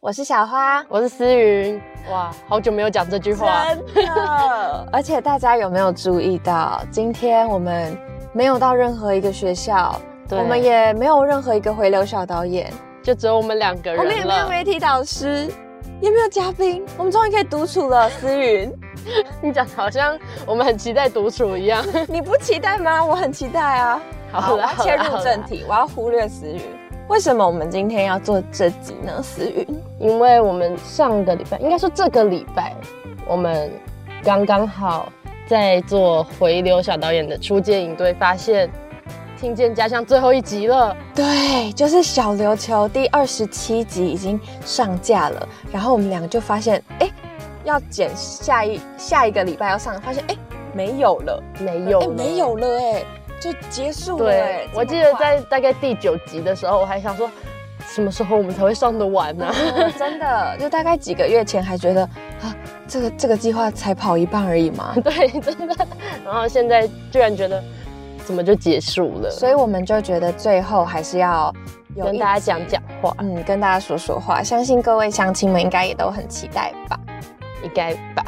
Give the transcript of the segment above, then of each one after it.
我是小花。我是思云。哇，好久没有讲这句话。真的， 而且大家有没有注意到，今天我们没有到任何一个学校，对我们也没有任何一个回流小导演，就只有我们两个人我了。们哦也没有媒体导师，也没有嘉宾，我们终于可以独处了。思 云，你讲得好像我们很期待独处一 样。你不期待吗？我很期待啊。好我了，要好切啦入正，题，我要忽略思云。为什么我们今天要做这集呢？思云，好啦因为我们上个礼拜，应该说这个礼拜，我们刚刚好在做回流小导演的初见影队，发现听见家乡最后一集了。对，就是小琉球第二十七集已经上架了，然后我们两个就发现，哎，要剪下一下一个礼拜要上，发现哎没有了，没有哎了，没有了，哎就结束了。哎对，我记得。这么快在大概第九集的时候，我还想说，什么时候我们才会上得完呢、嗯 真的，就大概几个月前还觉得啊，这个这个计划才跑一半而已 嘛，对，真的。然后现在居然觉得，怎么就结束了？所以我们就觉得最后还是要有跟一大家集讲讲话，嗯，跟大家说说话，相信各位乡亲们应该也都很期待吧。应该吧。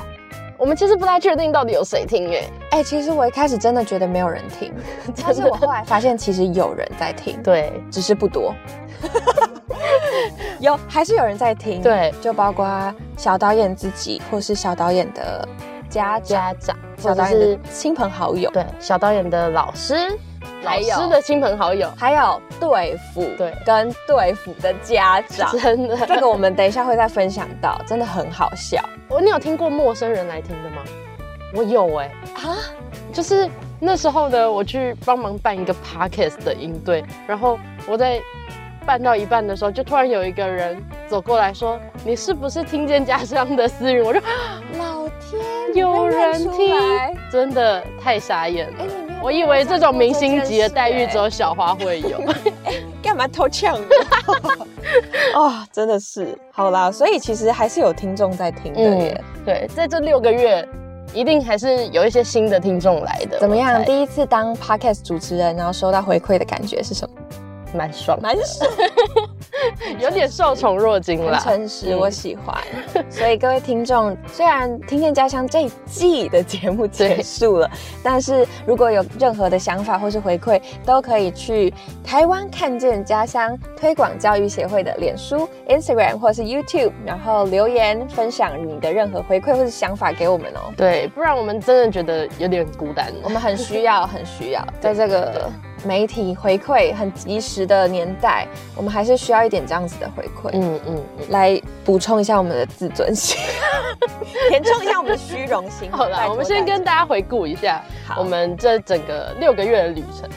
我们其实不太确定到底有谁听耶，哎、其实我一开始真的觉得没有人 听，但是我后来发现其实有人在听，，对只是不 多。有还是有人在听，对，就包括小导演自己，或是小导演的家长、家长小或者导演是的亲朋好友，对小导演的老师，还老有师的亲朋好友，还有队服，对，跟队服的家长真的。 这个我们等一下会再分享到，真的很好笑我你有听过陌生人来听的吗？我有哎、啊！就是那时候呢，我去帮忙办一个 podcast 的应对，然后我在办到一半的时候，就突然有一个人走过来说：“你是不是听见家乡的私语？”我说老天，：“有人认出听来，真的太傻眼哎了。你没有我以为这种明星级的待遇只有哎小花会 有，干嘛偷呛我？ 嗯哦，真的是，好啦，所以其实还是有听众在听的耶。对，在这六个月，一定还是有一些新的听众来的。怎么我样？猜第一次当 podcast 主持人，然后收到回馈的感觉是什么？蛮爽，蛮爽，有点受宠若惊很啦。诚实，嗯我喜欢。所以各位听众，虽然《听见家乡》这一季的节目结束了，但是如果有任何的想法或是回馈，都可以去台湾看见家乡推广教育协会的脸书、Instagram 或是 YouTube，然后留言分享你的任何回馈或是想法给我们哦。对，不然我们真的觉得有点孤单。我们很需要，很需要，在对这个媒体回馈很及时的年代，我们还是需要一点这样子的回馈。嗯嗯嗯，来补充一下我们的自尊心， 填充一下我们的虚荣 心。好拜了，托我们先跟大家回顾一下好我们这整个六个月的旅程。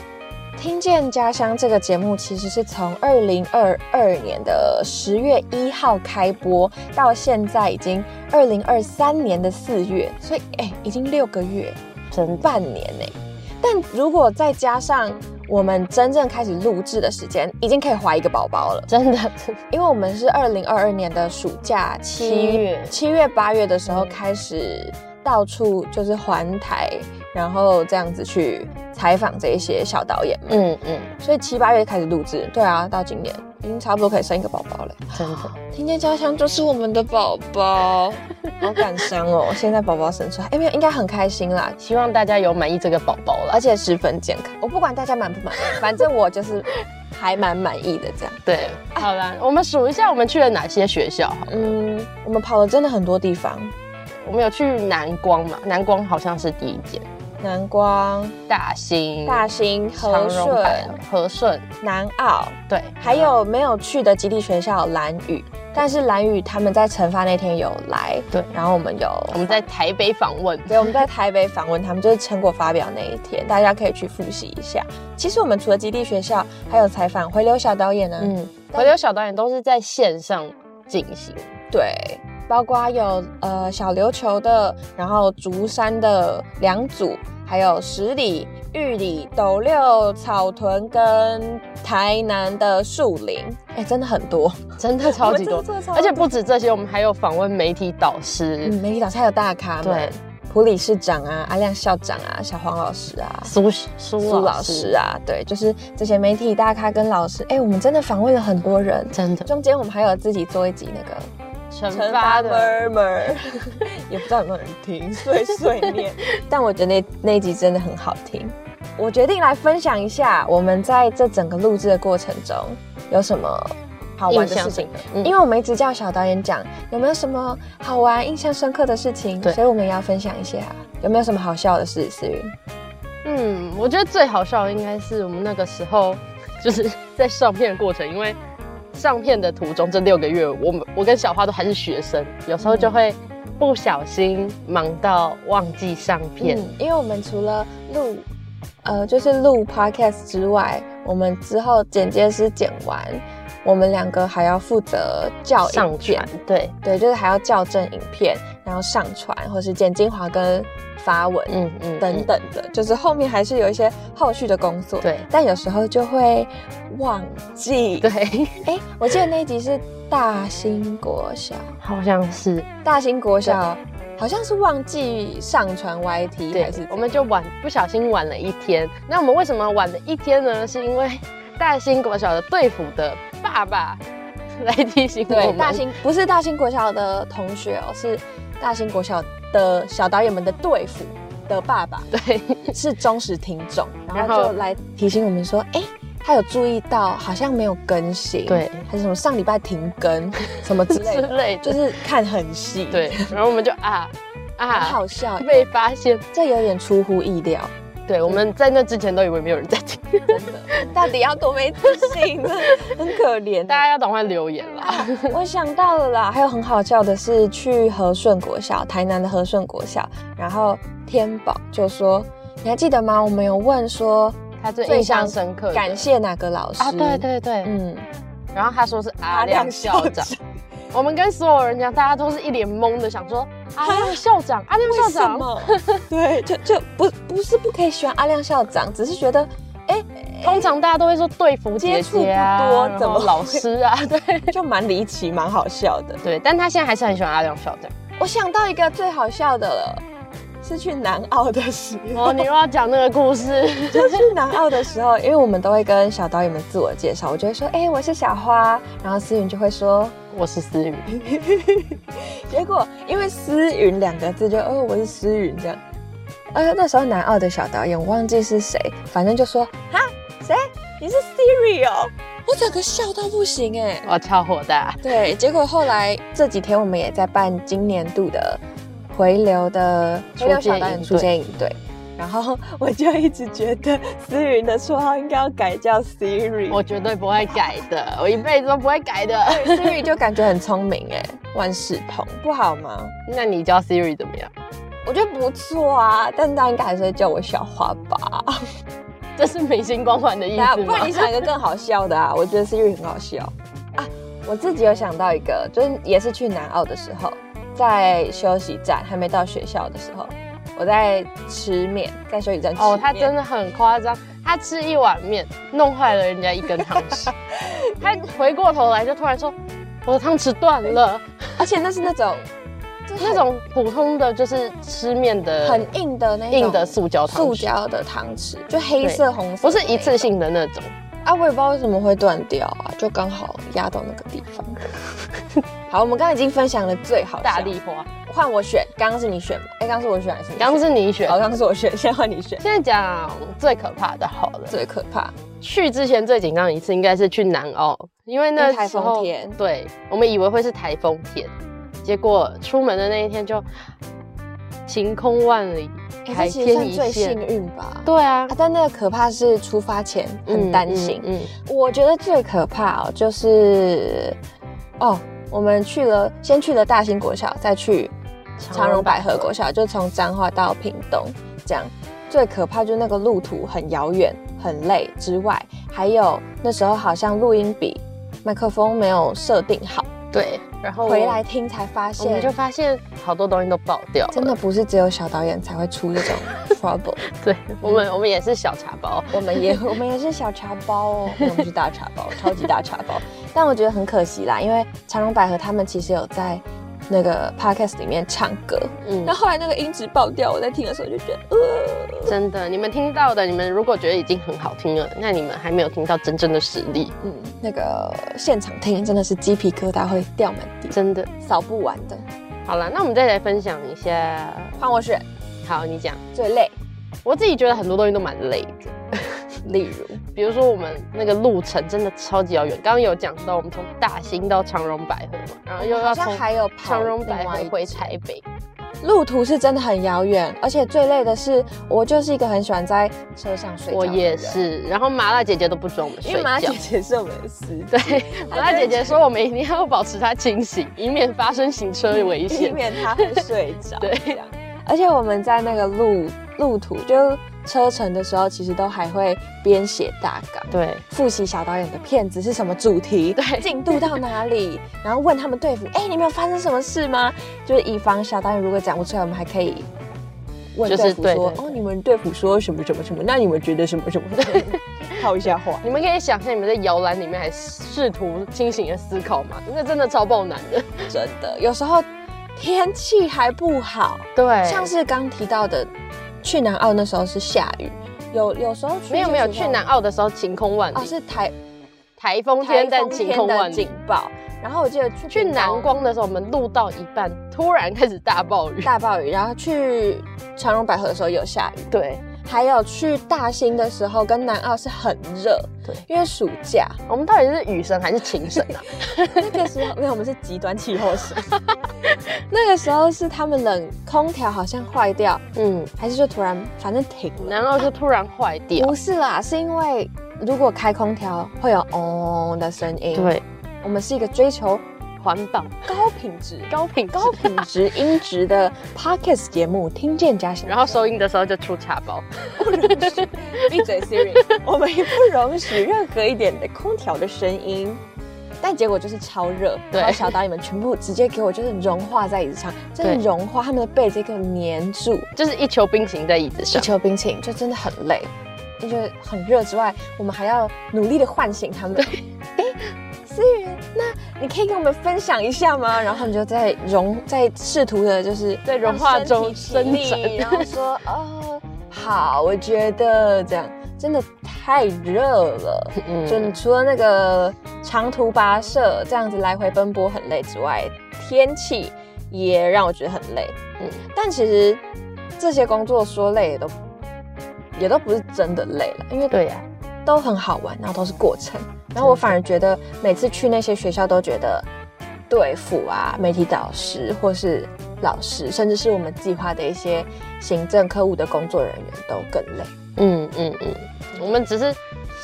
《听见家乡》这个节目其实是从二零二二年的十月一号开播，到现在已经二零二三年的四月，所以哎、已经六个月，真的，半年呢、但如果再加上我们真正开始录制的时间，已经可以怀一个宝宝了。真的，真的因为我们是二零二二年的暑假七七月七月八月的时候嗯开始到处就是环台，然后这样子去采访这一些小导演们，嗯嗯，所以七八月开始录制，对啊，到今年已经差不多可以生一个宝宝了。真的，听见家乡就是我们的宝宝，好感伤哦！ 现在宝宝生出来，哎没有，应该很开心啦，希望大家有满意这个宝宝啦。而且十分健康。我不管大家满不满 意，反正我就是还蛮满意的这样。对，好啦，哎我们数一下我们去了哪些学校好了。嗯，我们跑了真的很多地方，我们有去南光嘛？南光好像是第一间，南光、大兴、大兴、和长荣百顺、和顺，南澳，对，还有没有去的基地学校蓝屿，但是蓝屿他们在惩罚那天有来，对然后我们有我们在台北访问。对，我们在台北访问他们，就是成果发表那一天，大家可以去复习一下。其实我们除了基地学校，还有采访回流小导演呢、嗯，回流小导演都是在线上进行。对，呃包括有呃小琉球的，然后竹山的两组，还有十里、玉里、斗六、草屯跟台南的树林，哎，真的很 多，真的超级多我们真的。做得超而且不止这些，我们还有访问媒体导师，嗯，媒体岛还有大咖们，对，普理市长啊、阿亮校长啊、小黄老师啊。苏苏苏老老师师，啊，对，就是这些媒体大咖跟老师，哎、我们真的访问了很多人。真的中间我们还有自己做一集那个惩惩罚罚的 murmur，也 不知道有没有人听 碎碎念，但我觉得那那一集真的很好听。我决定来分享一下我们在这整个录制的过程中有什么好玩印的象事情性。的，嗯因为我们一直叫小导演讲有没有什么好玩、印象深刻的事情，对所以我们也要分享一下有没有什么好笑的事。思云，嗯，我觉得最好笑的应该是我们那个时候，就是 在上片的过程，因为上片的途中这六个月，我们我跟小花都还是学生，有时候嗯就会不小心忙到忘记上片。嗯，因为我们除了录，呃，就是录 podcast 之外，我们之后剪接师剪完，我们两个还要负责校上影片传，对，对，就是还要校正影片，然后上传，或是剪精华跟发文，嗯嗯嗯等等的，就是后面还是有一些后续的工作。对但有时候就会忘记。对，， 哎、我记得那一集是大兴国小，好像是，大兴国小好像是忘记上传 YT 对还是怎，样我们就晚不小心晚了一天。那我们为什么晚了一天呢？是因为 大兴国小的队服的爸爸来提醒我对们，大兴不是大兴国小的同学哦，是大兴国小的小导演们的队服的爸爸。对。是忠实听 众，然然后后就来提醒我们说，哎、他有注意到好像没有更新，对，还是什么上礼拜停 更什么之类之的，类的，就是看很细，对，然后我们就啊很啊，好笑，被发现。这有点出乎意 料，对，我们在那之前都以为没有人在听，到底要多没自信，真的 很可怜。大家要赶快留言啦。啊我想到了啦，还有很好笑的是，去和顺国小，台南的和顺国小，然后天宝就说，你还记得吗？我们有问说他最印象深刻的感谢哪个老师？啊，对，对对，嗯，然后他说是阿亮校长。我们跟所有人讲，大家都是一脸懵的，想说阿亮校长，阿亮校 长，为什么？对，就就不不是不可以喜欢阿亮校长，只是觉得， 哎、通常大家都会说队服接姐触不姐啊，多然怎么后会老师 啊，对就蛮离奇，蛮好笑的。对，但他现在还是很喜欢阿亮校 长。我想到一个最好笑的了，是去南澳的时候哦，。你又要讲那个故事， 就去南澳的时候，因为我们都会跟小导演们自我介绍，我就会说，哎、我是小花，然后思云就会说，我是思雨，嗯结果因为思云两个字就，哦，我是思云这样。而且那时候南澳的小导演，我忘记是谁，反正就说，哈，谁？你是 Siri 哦？我整个笑到不行哎、我超火大。对，结果后来这几天我们也在办今年度的回流的回流小小导导演演出现营队，然后我就一直觉得思云的绰号应该要改叫 Siri，我绝对不会改的，我一辈子都不会改的。 Siri 就感觉很聪明哎，万事通不好吗？那你教 Siri 怎么样？我觉得不错啊，但大家应该还是会叫我小花吧。这是明星光环的意那思啊不吗然你？想一个更好笑的 啊？我觉得 Siri 很好笑啊。我自己有想到一个，就是也是去南澳的时候，在休息站还没到学校的时候，我在吃面，在休息站吃哦，他真的的很夸张，他吃一碗面弄坏了人家一根汤 匙，他回过头来就突然说：“我的汤匙断了。而且那是那种”那种普通的就是吃面的很硬的那种呃硬的塑胶汤匙塑胶的汤匙，就黑色红色不的是那一次性的那种。啊，我也不知道为什么会断掉啊，就刚好压到那个地方。 好，我们刚刚已经分享了最好笑大丽花，换我选，刚刚是你选吗？哎、刚刚是我选还是你选？刚刚是你选好。像是我选，现在换你选。现在讲最可怕的好了，最可怕，去之前最紧张的一次应该是去南澳，因为那因为台时风候天对我们以为会是台风天，结果出门的那一天就晴空万里，哎、海这其实天算一最线幸。运吧。对啊啊，，但那个可怕是出发前很嗯担心、嗯，我觉得最可怕哦，就是哦，我们去了，先去了大兴国小，再去长荣百合国小，就从彰化到屏东这样。最可怕就是那个路途很遥远、很累之外，还有那时候好像录音笔、麦克风没有设定好，对，然后我回来听才发我们现就，发现好多东西都爆掉了，真的不是只有小导演才会出这种 trouble。对我嗯们，我们也是小茶包。我们也 我们也是小茶包 哦，我们是大茶包，超级大茶包。但我觉得很可惜啦，因为长荣百合他们其实有在那个 podcast 里面唱歌，嗯那，后来那个音质爆掉，我在听的时候就觉得，呃， 真的，你们听到的，你们如果觉得已经很好听了，那你们还没有听到真正的实力，嗯，那个现场听真的是鸡皮疙瘩会掉满地，真的。扫不完的。好了，那我们再来分享一下。换我选好，你讲。最累，我自己觉得很多东西都蛮累的，例如比如说我们那个路程真的超级遥远。刚刚有讲到，我们从大兴到长荣百合嘛，然后又好要像从还有跑长荣另百外一合回台北。路途是真的很遥远，而且最累的是，我就是一个很喜欢在车上睡觉我的人。也是，然后麻辣姐姐都不准我们因睡为马觉姐。姐是我们的司机，对，麻辣姐姐说我们一定要保持她清醒，以免发生行车危以 险。免她会睡着。对这样，而且我们在那个路路途就车程的时候，其实都还会编写大纲。对，复习小导演的片子是什么主题，对进度到哪里，然后问他们队服，哎、你们有发生什么事吗？就是以防小导演如果讲不出来，我们还可以问就是队服对说，对对哦，你们队服说什么什么什么，那你们觉得什么什么， 套一下话。你们可以想象你们在摇篮里面还试图清醒的思考吗？那真的超爆难的。真的，有时候天气还不好，对像是刚提到的，去南澳那时候是下雨，有有时候去没有没有，就是去南澳的时候晴空万里，哦是台台风台风天但晴空天的万警里。报，然后我记得去去屏东南光的时候，我们录到一半，突然开始大暴雨。大暴雨，然后去长荣百合的时候有下雨， 对，还有去大兴的时候跟南澳是很热，对因为暑 假我们到底是雨神还是晴神啊？那个时候没有，我们是极端气候型， 那个时候是他们冷空调好像坏掉， 嗯，还是就突然反正停了。南澳就突然坏掉。不是啦，是因为如果开空调会有嗡的声音。， 对，我们是一个追求环保高品质、 高品质高品质音质的 podcast 节目，听见家乡。然后收音的时候就出茶包，不容许，闭嘴 Siri，我 们也不容许任何一点的空调的声音。但结果就是超热，对然后小导演们全部直接给我就是融化在椅子上，真的对融化，他们的被子给我粘住。就是一球冰淇淋在椅子地上。球冰淇淋就真的很累，就觉得很热之外，我们还要努力的唤醒他们。哎，思雨，那你可以跟我们分享一下吗？然后他们就在融，在试图的就是在融化让中身体起伸立，展然后说哦，好，我觉得这样真的太热了。 嗯就你除了那个长途跋涉这样子来回奔波很累之外，天气也让我觉得很累。嗯嗯，但其实这些工作说累也都也都不是真的累了，因为对啊呀、都很好玩，然后都是过程。然后我反而觉得每次去那些学校都觉得对付啊、媒体导师或是老师，甚至是我们计划的一些行政科务的工作人员都更累。嗯嗯嗯，我们只是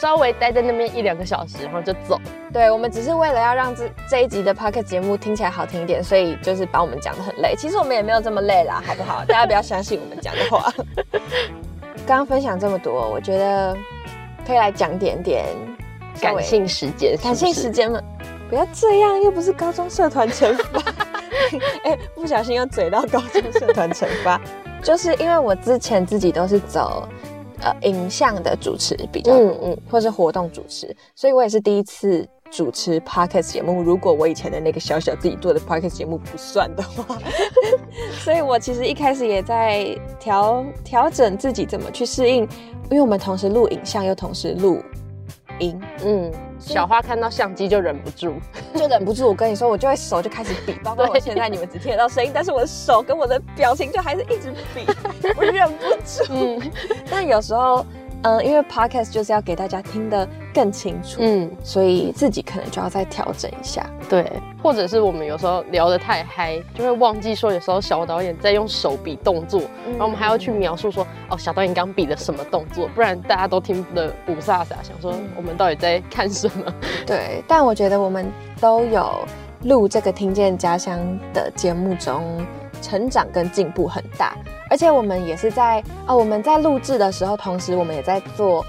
稍微待在那边一两个小时，然后就走。对，我们只是为了要让这这一集的 p o c k e t 节目听起来好听一点，所以就是把我们讲的很累。其实我们也没有这么累啦，好不好？大家不要相信我们讲的话。刚刚分享这么多，我觉得可以来讲点点稍微感性时间，感性时间嘛。不要这样，又不是高中社团惩罚。哎、不小心又嘴到高中社团惩罚，就是因为我之前自己都是走呃影像的主持比较嗯嗯，或是活动主持，所以我也是第一次主持 podcast 节目。如果我以前的那个小小自己做的 podcast 节目不算的话， 所以我其实一开始也在调调整自己怎么去适应，因为我们同时录影像又同时录音，嗯，小花看到相机就忍不住，就忍不住我跟你说，我就会手就开始比，包括我对现在你们只听得到声音，但是我的手跟我的表情就还是一直比，我忍不住。嗯 但有时候，嗯，因为 podcast 就是要给大家听得更清楚，嗯，所以自己可能就要再调整一下。对，或者是我们有时候聊得太嗨，就会忘记说有时候小导演在用手比动作，嗯然后我们还要去描述说哦，小导演刚比的什么动作，不然大家都听得五煞煞，想说嗯我们到底在看什 么？对，但我觉得我们都有录这个《听见家乡》的节目中，成长跟进步很大。而且我们也是在哦，我们在录制的时候，同时我们也在做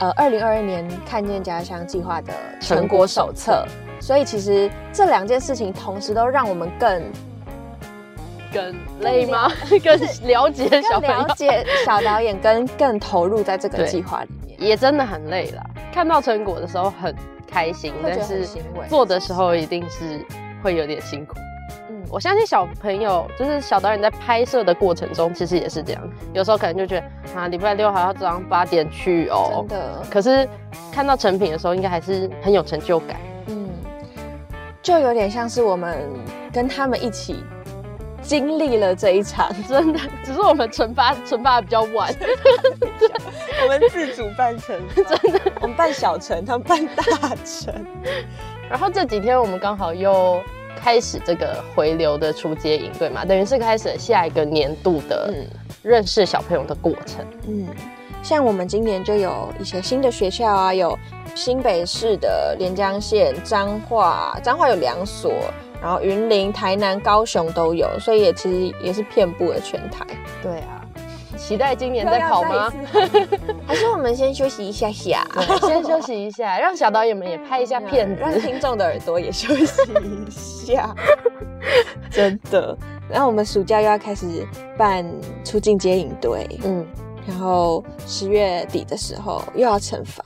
呃二零二二年看见家乡计划的成果手册。所以其实这两件事情同时都让我们更更累吗？更 了解小更朋友了，解小导演，跟更投入在这个对计划里面，也真的很累啦。看到成果的时候很开心，会觉但得很是欣慰。做的时候一定是会有点辛苦。嗯，我相信小朋友，就是小导演在拍摄的过程中，其实也是这样。有时候可能就觉得啊，礼拜六还要早上八点去哦真。的，可是看到成品的时候，应该还是很有成就感。 嗯，就有点像是我们跟他们一起经历了这一场，真的，只是我们惩罚惩罚得比较晚， 我们自主办成， 真的，我们办小城，他们办大城。然后这几天我们刚好又开始这个回流的出街营，对嘛？等于是开始下一个年度的嗯认识小朋友的过程。嗯，像我们今年就有一些新的学校啊，有新北市的连江县、彰化，彰化有两所，然后云林、台南、高雄都有，所以也其实也是遍布了全台。对啊， 期待今年啊再跑吗？？ 还是我们先休息一下下，啊对先休息一下，让小导演们也拍一下片嗯让子。听众的耳朵也休息一下， 真的。然后我们暑假又要开始办出境接引队，嗯，然后十月底的时候又要惩罚，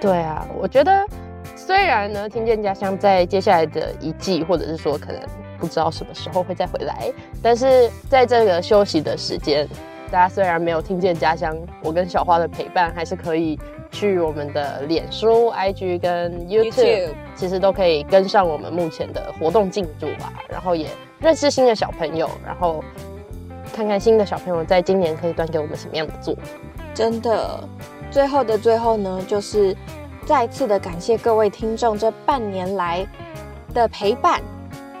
对啊，我觉得虽然呢，听见家乡在接下来的一季，或者是说可能不知道什么时候会再回来，但是在这个休息的时间，大家虽然没有听见家乡，我跟小花的陪伴还是可以去我们的脸书、IG 跟 YouTube，, YouTube 其实都可以跟上我们目前的活动进度吧，然后也认识新的小朋友，然后。看看新的小朋友在今年可以端给我们什么样的作品。真的。最后的最后呢，就是再次的感谢各位听众这半年来的陪伴，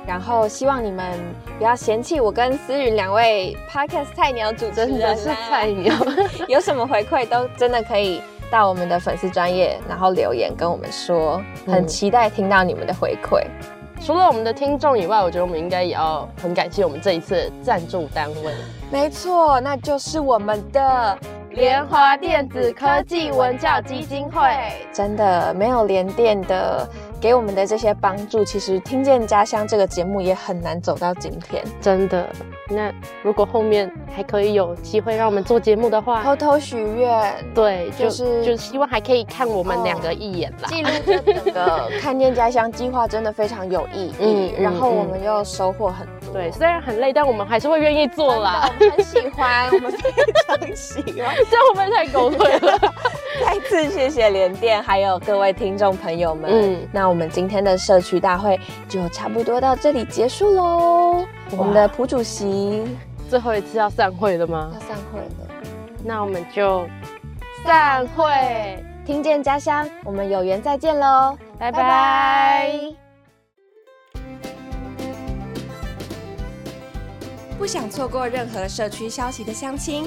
然后希望你们不要嫌弃我跟思云两位 podcast 菜鸟主持人啊真啦，的是菜鸟， 有什么回馈都真的可以到我们的粉丝专业，然后留言跟我们说，嗯很期待听到你们的回馈。除了我们的听众以外，我觉得我们应该也要很感谢我们这一次的赞助单位没错，那就是我们的联华电子科技文教基金会。真的没有联电的给我们的这些帮助，其实听见家乡这个节目也很难走到今天。真的，那如果后面还可以有机会让我们做节目的话，偷偷许愿，对，就就是就希望还可以看我们两个一眼啦。记录这整个看见家乡计划真的非常有意义， 嗯嗯然后我们又收获很多。对，虽然很累，但我们还是会愿意做啦。真的我们很喜欢，我们非常喜欢。这样会不会太狗腿 了？ 再次谢谢联电，还有各位听众朋友们。嗯那我们今天的社区大会就差不多到这里结束喽。我们的蒲主席最后一次要散会了吗要？散会了，那我们就散会，听见家乡，我们有缘再见喽，拜拜。不想错过任何社区消息的乡亲，